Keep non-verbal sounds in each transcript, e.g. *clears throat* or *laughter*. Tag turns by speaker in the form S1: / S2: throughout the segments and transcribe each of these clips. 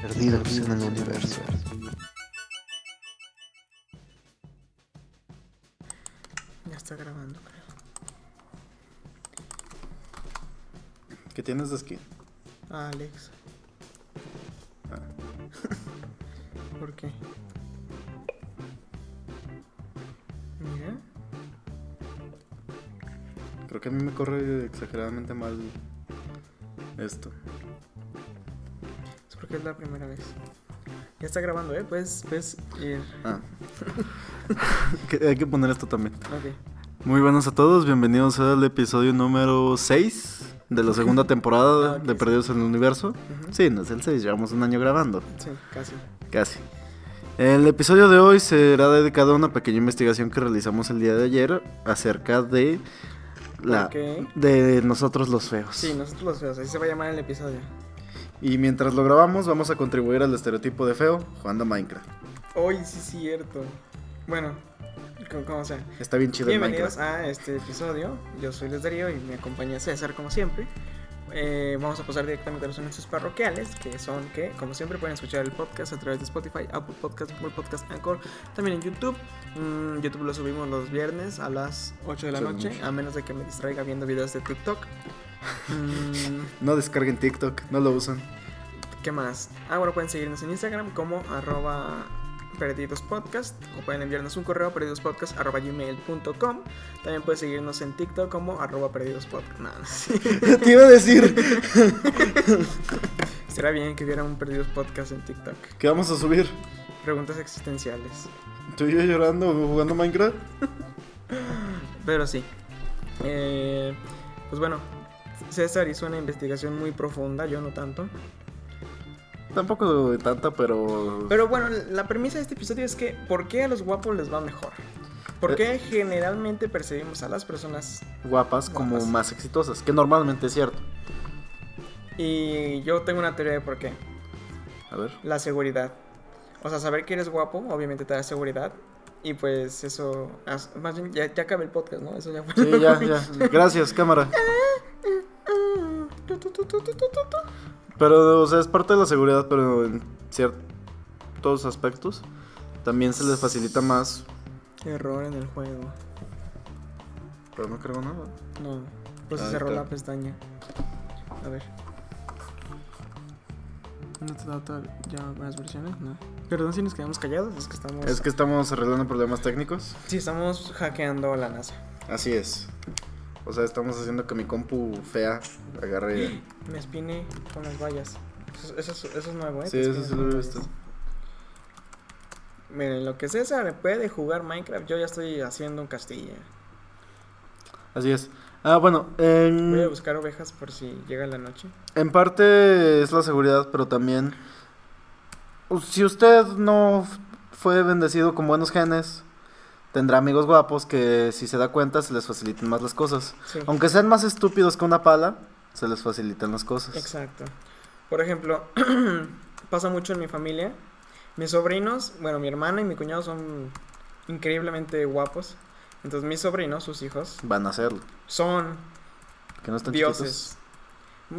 S1: perdidos en el universo.
S2: Ya está grabando, creo.
S3: ¿Qué tienes de skin?
S2: Ah, Alex. *laughs*
S3: Ah.
S2: ¿Por qué? Mira.
S3: Creo que a mí me corre exageradamente mal esto.
S2: Es porque es la primera vez. Ya está grabando, ¿eh? Puedes, puedes ir. *laughs*
S3: Ah. *laughs* Que hay que poner esto también.
S2: Ok.
S3: Muy buenos a todos, bienvenidos al episodio número 6 de la segunda
S2: *laughs*
S3: temporada
S2: Ah, ok,
S3: de
S2: sí.
S3: Perdidos en el Universo.
S2: Ujú.
S3: Sí, no es el 6, llevamos un año grabando.
S2: Sí, casi.
S3: Casi. El episodio de hoy será dedicado a una pequeña investigación que realizamos el día de ayer acerca de la
S2: Ok.
S3: de nosotros los feos.
S2: Sí, nosotros los feos. Así se va a llamar el episodio.
S3: Y mientras lo grabamos vamos a contribuir al estereotipo de feo jugando a Minecraft.
S2: Hoy sí es cierto. Bueno, como, como sea.
S3: Está bien chido el
S2: Bienvenidos
S3: Minecraft.
S2: a este episodio. Yo soy Les Darío y me acompaña César como siempre. Eh, vamos a pasar directamente a los anuncios parroquiales, que son que, como siempre, pueden escuchar el podcast a través de Spotify, Apple Podcast, Google Podcast, Anchor, también en YouTube. Mm, YouTube lo subimos los viernes a las 8 de la
S3: Ocho de la
S2: noche,
S3: noche.
S2: a menos de que me distraiga viendo videos de
S3: *laughs*
S2: TikTok. Mm,
S3: No descarguen TikTok, no lo usan.
S2: ¿Qué más? Ah, bueno, pueden seguirnos en Instagram como arroba perdidospodcast o pueden enviarnos un correo perdidospodcast arroba gmail.com. También pueden seguirnos en TikTok como arroba perdidospodcast. No, *laughs* no sé.
S3: *laughs* Te iba a decir
S2: Será bien que hubiera un perdidos podcast en TikTok.
S3: que vamos a subir.
S2: Preguntas existenciales.
S3: Tú y yo llorando jugando Minecraft.
S2: Pero sí. Eh, pues bueno, César hizo una investigación muy profunda, yo no tanto.
S3: Tampoco de tanta, pero...
S2: Pero bueno, la premisa de este episodio es que ¿por qué a los guapos les va mejor? ¿Por qué generalmente percibimos a las personas
S3: guapas como
S2: Guapas.
S3: más exitosas, que normalmente es cierto.
S2: Y yo tengo una teoría de por qué.
S3: A ver.
S2: La seguridad. O sea, saber que eres guapo obviamente te da seguridad. Y pues eso... as- Más bien, ya, ya acabé el podcast, ¿no? Eso ya fue. *laughs*
S3: Sí, ya, ya. Gracias, cámara.
S2: Ah, Tu, tu, tu, tu, tu, tu, tu.
S3: Pero, o sea, es parte de la seguridad, pero en ciertos aspectos también se les facilita más.
S2: Error en el juego.
S3: Pero no creo nada.
S2: No. Pues se
S3: Ahí
S2: cerró
S3: está.
S2: la pestaña. A ver. ¿No te da todavía- ya más versiones? No. Perdón si nos quedamos callados, es que estamos...
S3: Es que estamos arreglando problemas técnicos.
S2: Sí, estamos hackeando la NASA.
S3: Así es. O sea, estamos haciendo que mi compu fea agarre.
S2: Me espiné con las vallas. Eso, eso es- eso es nuevo, ¿eh?
S3: Sí,
S2: Te
S3: eso
S2: espinas
S3: sí lo
S2: con
S3: he
S2: las
S3: visto.
S2: vallas. Miren, lo que César puede jugar Minecraft, yo ya estoy haciendo un castillo.
S3: Así es. Ah, bueno, en,
S2: Voy a buscar ovejas por si llega la noche.
S3: en parte es la seguridad, pero también. pues, Si usted no f- fue bendecido con buenos genes, tendrá amigos guapos que, si se da cuenta, se les facilitan más las cosas.
S2: Sí,
S3: Aunque sean más estúpidos que una pala, se les facilitan las cosas.
S2: exacto. Por ejemplo, *clears throat* pasa mucho en mi familia. Mis sobrinos, bueno, mi hermana y mi cuñado son increíblemente guapos. Entonces, mis sobrinos, sus hijos,
S3: Van a hacerlo.
S2: son
S3: Que no están
S2: dioses.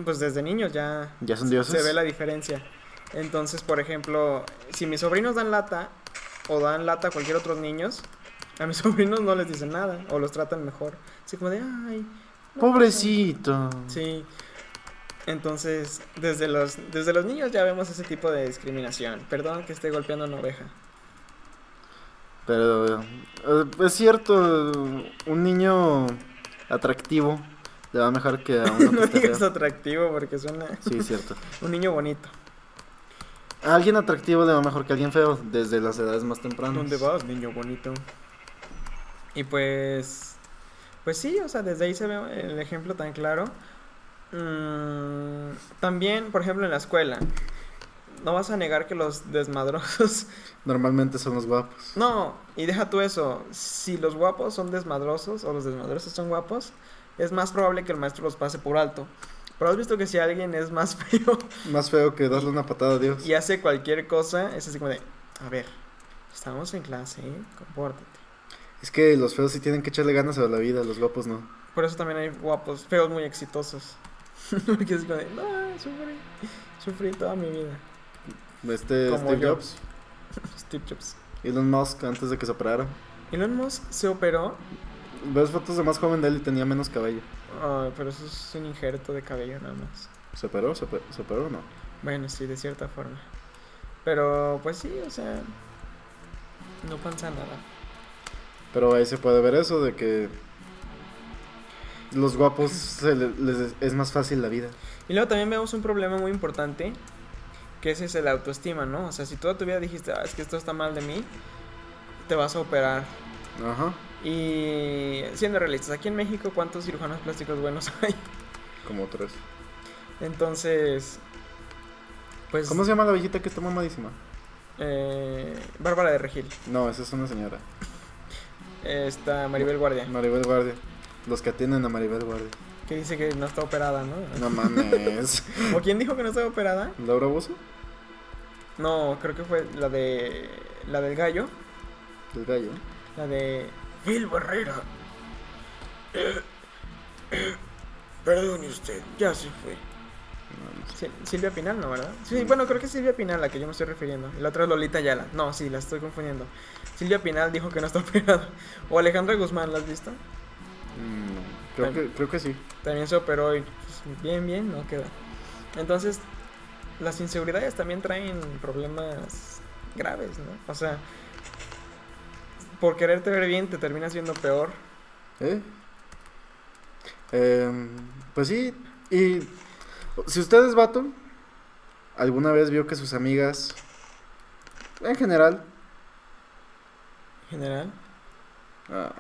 S2: Pues desde niños ya
S3: chiquitos. Ya son dioses.
S2: se ve la diferencia. Entonces, por ejemplo, si mis sobrinos dan lata o dan lata a cualquier otros niños, a mis *laughs* sobrinos no les dicen nada o los tratan mejor. Así como de, ay. no,
S3: Pobrecito.
S2: no". Sí. Entonces, desde los, desde los niños ya vemos ese tipo de discriminación. Perdón que esté golpeando una oveja. *laughs*
S3: Pero eh, es cierto, un niño atractivo le va mejor que a uno que
S2: No *laughs*
S3: está
S2: digas
S3: feo.
S2: atractivo porque suena
S3: Sí, es cierto.
S2: un niño bonito.
S3: A alguien atractivo le va mejor que a alguien feo desde las edades más tempranas.
S2: ¿Dónde vas, niño bonito? Y pues. Pues sí, o sea, desde ahí se ve el ejemplo tan claro. Mm, también, por ejemplo, en la escuela. No vas a negar que los desmadrosos. *laughs*
S3: Normalmente son los guapos.
S2: No, y deja tú eso. Si los guapos son desmadrosos o los desmadrosos son guapos, es más probable que el maestro los pase por alto. Pero has visto que si alguien es más *laughs* feo
S3: Más feo que darle una patada a Dios.
S2: y hace cualquier cosa, es así como de: A ver, estamos en clase, ¿eh? compórtate.
S3: Es que los feos sí tienen que echarle ganas a la vida, los guapos no.
S2: Por eso también hay guapos, feos muy *laughs* exitosos. Porque es como de, no, sufrí, sufrí toda mi vida. *laughs*
S3: Este
S2: Como
S3: Steve
S2: yo.
S3: Jobs,
S2: Steve Jobs.
S3: Elon Musk, antes de que se operara.
S2: Elon Musk se operó,
S3: Ves fotos de más joven de él y tenía menos cabello.
S2: ah, pero eso es un injerto de cabello nada más.
S3: ¿Se operó? ¿Se operó, ¿Se operó o no?
S2: Bueno, sí, de cierta forma. Pero pues sí, o sea, no pasa nada.
S3: Pero ahí se puede ver eso de que los guapos se le- les es más fácil la vida.
S2: Y luego también vemos un problema muy importante, que ese es el autoestima, ¿no? O sea, si toda tu vida dijiste, "Ah, es que esto está mal de mí, te vas a operar.
S3: Ajá.
S2: Y siendo realistas, aquí en México, ¿cuántos cirujanos plásticos buenos *laughs* hay?
S3: Como tres.
S2: Entonces, pues...
S3: ¿Cómo se llama la viejita que está mamadísima?
S2: eh, Bárbara de Regil,
S3: No, esa es una señora.
S2: eh, está Maribel Guardia,
S3: Maribel Guardia. Los que atienden a Maribel Guardia.
S2: que dice que no está operada, ¿no?
S3: No mames.
S2: ¿O quién dijo que no estaba operada?
S3: ¿Laura Bozo?
S2: No, creo que fue la de... la del gallo,
S3: El gallo.
S2: La de. Bill Barrera. Perdone usted, ya se fue.
S3: No, no sé.
S2: Silvia Pinal, ¿no, verdad? Sí, sí, bueno, creo que es Silvia Pinal la que yo me estoy refiriendo. La otra es Lolita Ayala. No, sí, la estoy confundiendo. Silvia Pinal dijo que no está *laughs* operada. O Alejandra Guzmán, ¿la has visto?
S3: Mm, no. Creo, que, creo que sí.
S2: También se operó y pues, bien, bien, no queda. Entonces, las inseguridades también traen problemas graves, ¿no? O sea, por quererte ver bien te terminas viendo peor.
S3: ¿Eh? Em, pues sí, y si usted es vato, alguna vez vio que sus amigas, en general,
S2: En general.
S3: ah,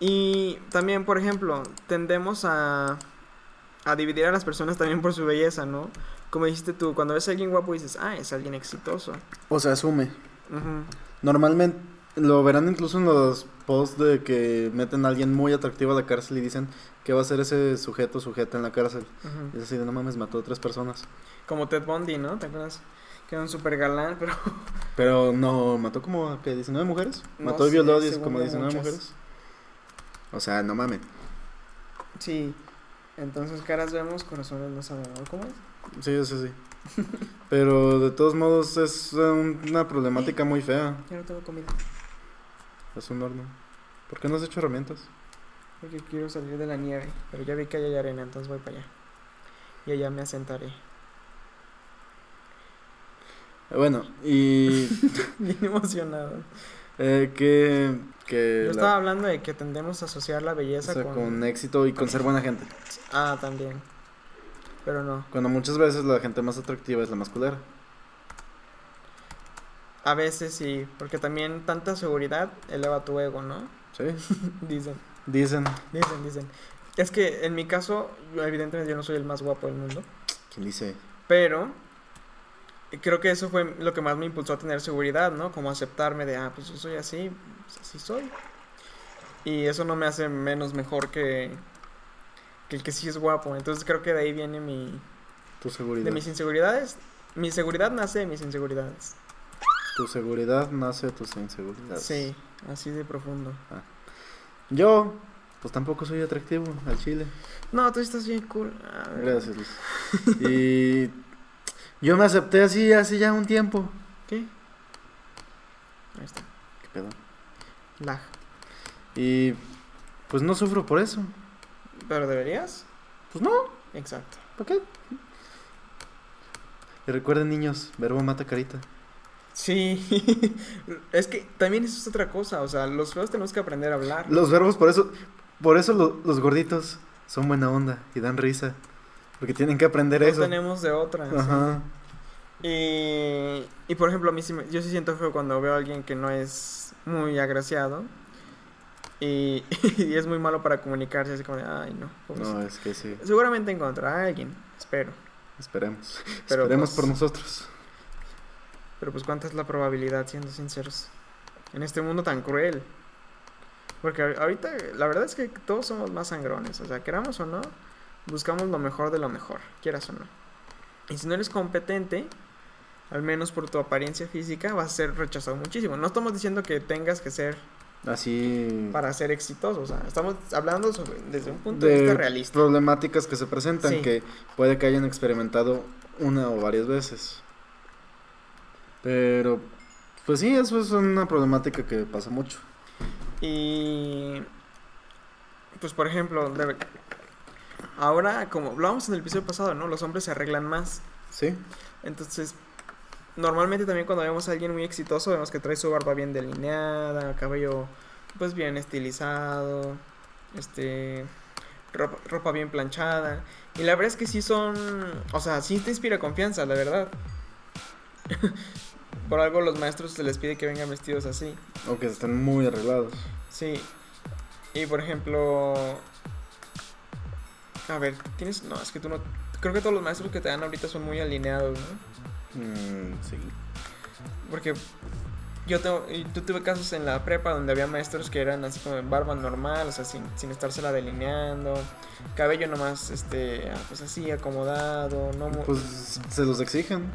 S2: Y también, por ejemplo, tendemos a, a dividir a las personas también por su belleza, ¿no? Como dijiste tú, cuando ves a alguien guapo dices, ah, es alguien exitoso.
S3: o se asume,
S2: Ujú.
S3: normalmente lo verán incluso en los posts de que meten a alguien muy atractivo a la cárcel y dicen que va a ser ese sujeto sujeta en la cárcel. Y
S2: Ujú.
S3: es así de no mames, mató a tres personas.
S2: Como Ted Bundy, ¿no? ¿Te acuerdas? Que era un super galán, *laughs* pero
S3: Pero no, mató como a ¿qué, 19 mujeres.
S2: No
S3: Mató y violó a
S2: sé,
S3: 10 como
S2: según
S3: 19
S2: muchas.
S3: mujeres. O sea, no mames.
S2: sí. Entonces, caras vemos, corazones no sabemos. ¿Cómo es?
S3: Sí, sí, sí. Pero de todos modos es eh, una problemática muy fea.
S2: Ya no tengo comida
S3: Es un horno. ¿Por qué no has hecho herramientas?
S2: porque quiero salir de la nieve. Pero ya vi que allá hay arena, entonces voy para allá. Y allá me asentaré. *laughs*
S3: Eh, Bueno, y
S2: Bien emocionado.
S3: eh, que... que
S2: Yo
S3: la-
S2: estaba hablando de que tendemos a asociar la
S3: o
S2: belleza
S3: sea,
S2: con...
S3: con éxito y con ser buena gente.
S2: Ah, también. Pero no.
S3: Cuando muchas veces la gente más atractiva es la más culera.
S2: A veces sí, porque también tanta seguridad eleva tu ego, ¿no? *laughs*
S3: ¿Sí?
S2: Dicen,
S3: Dicen...
S2: dicen, dicen. Es que en mi caso, yo, evidentemente yo no soy el más guapo del mundo,
S3: ¿Quién dice?
S2: pero creo que eso fue lo que más me impulsó a tener seguridad, ¿no? Como aceptarme de, ah, pues yo soy así, pues así soy. Y eso no me hace menos mejor que, que el que sí es guapo. Entonces creo que de ahí viene mi...
S3: Tu seguridad.
S2: De mis inseguridades. Mi seguridad nace de mis inseguridades.
S3: Tu seguridad nace de tus inseguridades.
S2: Sí, así de profundo.
S3: Yo, pues tampoco soy atractivo al chile.
S2: No, tú estás bien cool. Ah,
S3: Gracias, Luis.
S2: *laughs*
S3: Y yo me acepté así hace ya un tiempo.
S2: ¿Qué? Ahí está.
S3: ¿Qué pedo?
S2: Lag.
S3: Y pues no sufro por eso.
S2: ¿Pero deberías?
S3: Pues no,
S2: Exacto.
S3: ¿por qué? Y recuerden, niños, verbo mata carita.
S2: Sí. *laughs* es que también eso es otra cosa. O sea, los feos tenemos que aprender a hablar.
S3: Los verbos, por eso, por eso lo- los gorditos son buena onda y dan risa. Porque tienen que aprender
S2: no
S3: eso.
S2: tenemos de otra. sí.
S3: Ajá.
S2: Y, y por ejemplo, a mí sí me- yo sí siento feo cuando veo a alguien que no es muy agraciado. Y, *laughs* y es muy malo para comunicarse. Así como de, ay, no. pobrecito".
S3: No, eh. es que sí.
S2: Seguramente encontrará a alguien. Espero.
S3: Esperemos.
S2: Pero,
S3: Esperemos
S2: pues,
S3: por nosotros.
S2: Pero pues cuánta es la probabilidad, siendo sinceros, en este mundo tan cruel. Porque ahor- ahorita la verdad es que todos somos más sangrones, o sea, queramos o no, buscamos lo mejor de lo mejor, quieras o no. Y si no eres competente, al menos por tu apariencia física, vas a ser rechazado muchísimo. No estamos diciendo que tengas que ser
S3: Así.
S2: para ser exitoso, o sea, estamos hablando sobre- desde un punto de,
S3: de
S2: vista realista.
S3: problemáticas que se presentan
S2: Sí.
S3: que puede que hayan experimentado una o varias veces. Pero, pues sí, eso es una problemática que pasa mucho.
S2: Y. Pues por ejemplo, de- ahora, como hablábamos en el episodio pasado, ¿no? Los hombres se arreglan más.
S3: Sí,
S2: Entonces, normalmente también cuando vemos a alguien muy exitoso, vemos que trae su barba bien delineada, cabello pues bien estilizado, este ropa, ropa bien planchada. Y la verdad es que sí son, o sea, sí te inspira confianza, la verdad. *laughs* Por algo los maestros se les pide que vengan vestidos así.
S3: o que están muy arreglados.
S2: Sí. Y por ejemplo. A ver, tienes. No, es que tú no. Creo que todos los maestros que te dan ahorita son muy alineados, ¿no?
S3: Mm, sí.
S2: Porque yo tengo. y Yo tuve casos en la prepa donde había maestros que eran así como en barba normal, o sea, sin, sin estársela delineando. Cabello nomás, este. ah, Pues así, acomodado. No mu-
S3: Pues
S2: pues,
S3: se los exigen.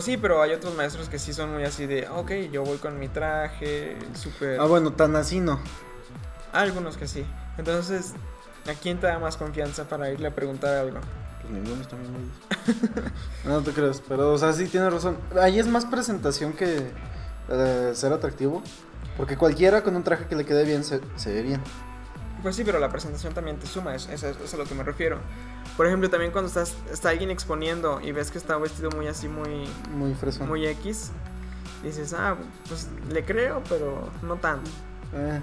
S2: sí, pero hay otros maestros que sí son muy así de. "Ah, Ok, yo voy con mi traje, súper.
S3: Ah, bueno, tan así no.
S2: Algunos que sí. Entonces, ¿a quién te da más confianza para irle a preguntar algo?
S3: Pues ninguno está bien ellos. *laughs* no, no te creas, pero o sea, sí tienes razón. Ahí es más presentación que eh, ser atractivo. Porque cualquiera con un traje que le quede bien se, se ve bien.
S2: Pues sí, pero la presentación también te suma, es, es- es a lo que me refiero. Por ejemplo, también cuando estás, está alguien exponiendo y ves que está vestido muy así, muy,
S3: Muy fresón.
S2: muy X, dices, ah, pues le creo, pero no tanto.
S3: Eh,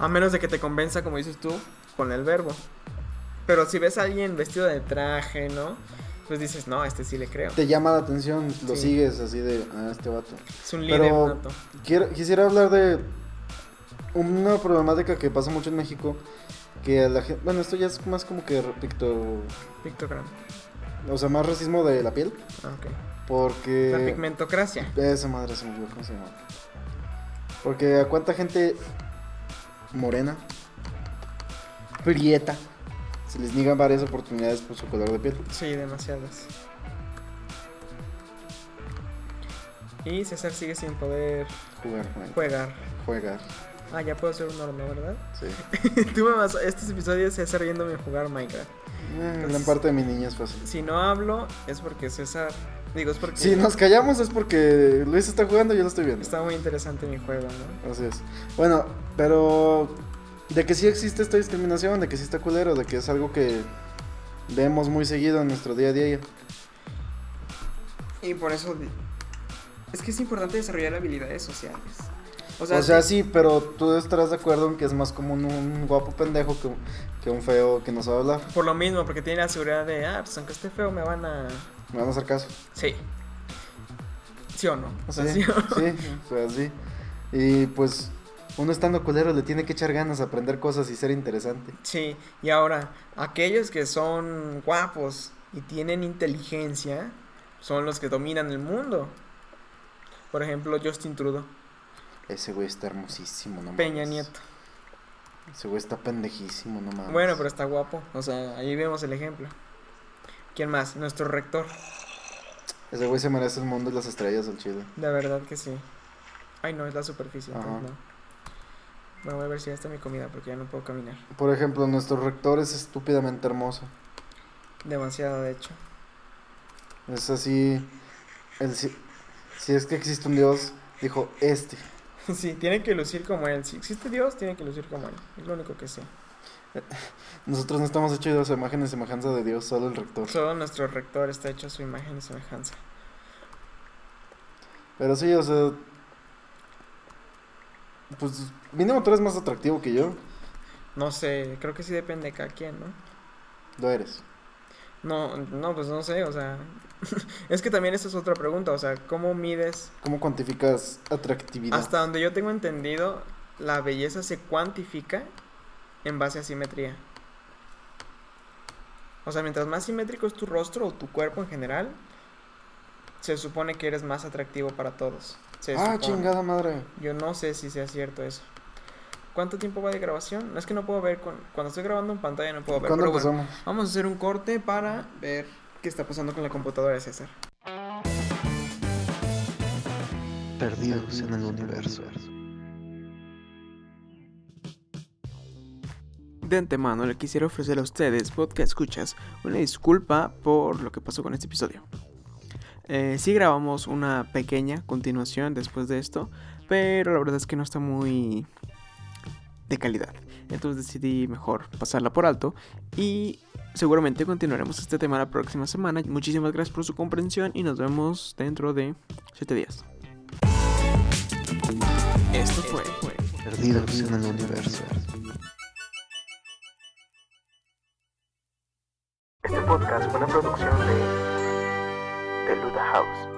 S2: A menos de que te convenza, como dices tú, con el verbo. Pero si ves a alguien vestido de traje, ¿no? Pues dices, no, a este sí le creo.
S3: te llama la atención, lo
S2: Sí.
S3: sigues así de, ah, este vato.
S2: Es un líder,
S3: Pero-
S2: nato.
S3: Quiero- quisiera hablar de una problemática que pasa mucho en México. Que a la gente. Bueno, esto ya es más como que repito.
S2: Pictogram.
S3: O sea, más racismo de la piel.
S2: Ah, ok.
S3: Porque.
S2: La pigmentocracia.
S3: Esa madre se me olvidó cómo se llama. Porque a cuánta gente morena, prieta, se les niegan varias oportunidades por su color de piel.
S2: Sí, demasiadas. Y César sigue sin poder
S3: Jugar, güey,
S2: jugar.
S3: jugar.
S2: Ah, ya puedo ser un horno, ¿verdad? *laughs*
S3: Sí.
S2: Tú me vas. Estos episodios César viéndome jugar Minecraft.
S3: Eh, Gran parte de mi niña es fácil.
S2: Si no hablo, es porque César. Digo, es porque.
S3: Si nos callamos es porque Luis está jugando y yo lo estoy viendo.
S2: Está muy interesante mi juego, ¿no?
S3: Así es. Bueno, pero de que sí existe esta discriminación, de que sí está culero, de que es algo que vemos muy seguido en nuestro día a día.
S2: Y por eso. di- Es que es importante desarrollar habilidades sociales. O
S3: O
S2: sea,
S3: sea, sí, pero tú estarás de acuerdo en que es más común un guapo pendejo que, que un feo que no sabe hablar.
S2: por lo mismo, porque tiene la seguridad de. Ah, pues aunque esté feo, me van a.
S3: Me van a hacer caso.
S2: Sí. ¿Sí o no? O sea,
S3: sí,
S2: ¿sí o no?
S3: sí, o sea, sí. Y pues uno estando culero le tiene que echar ganas, aprender cosas y ser interesante.
S2: Sí, y ahora, aquellos que son guapos y tienen inteligencia son los que dominan el mundo. Por ejemplo, Justin Trudeau,
S3: Ese güey está hermosísimo, no mames.
S2: Peña Nieto.
S3: Ese güey está pendejísimo, no mames.
S2: Bueno, pero está guapo, o sea, ahí vemos el ejemplo. ¿Quién más? Nuestro rector,
S3: Ese güey se merece el mundo y las estrellas del chile.
S2: de verdad que sí. Ay, no, es la superficie,
S3: Ajá.
S2: entonces no. Bueno, voy a ver si ya está mi comida porque ya no puedo caminar.
S3: Por ejemplo, nuestro rector es estúpidamente hermoso.
S2: Demasiado, de hecho. *laughs*
S3: Es así. el si- si es que existe un dios, dijo este.
S2: Sí, tiene que lucir como él. Si existe Dios, tiene que lucir como él. Es lo único que sé.
S3: Nosotros no estamos hechos de su imagen y semejanza de Dios, solo el rector.
S2: Solo nuestro rector está hecho a su imagen y semejanza.
S3: Pero sí, o sea. Pues mínimo tú eres más atractivo que yo.
S2: No sé, creo que sí depende de cada quien, ¿no?
S3: Lo eres.
S2: No, no, pues no sé, o sea. *laughs* es que también esa es otra pregunta, o sea, ¿cómo mides?
S3: ¿Cómo cuantificas atractividad?
S2: Hasta donde yo tengo entendido, la belleza se cuantifica en base a simetría. O sea, mientras más simétrico es tu rostro o tu cuerpo en general, se supone que eres más atractivo para todos. Se
S3: ah,
S2: supone.
S3: chingada madre.
S2: Yo no sé si sea cierto eso. ¿Cuánto tiempo va de grabación? No es que no puedo ver, con- cuando estoy grabando en pantalla no puedo ver.
S3: ¿Cuándo
S2: pero bueno.
S3: empezamos?
S2: Vamos a hacer un corte para ver qué está pasando con la computadora de César.
S1: Perdidos en el universo.
S2: De antemano le quisiera ofrecer a ustedes, podcast escuchas, una disculpa por lo que pasó con este episodio. Eh, sí grabamos una pequeña continuación después de esto, pero la verdad es que no está muy de calidad. Entonces decidí mejor pasarla por alto y seguramente continuaremos este tema la próxima semana. Muchísimas gracias por su comprensión y nos vemos dentro de 7 días. Esto fue...
S1: Perdidos en el universo.
S2: Este podcast fue una producción de... de Luda House.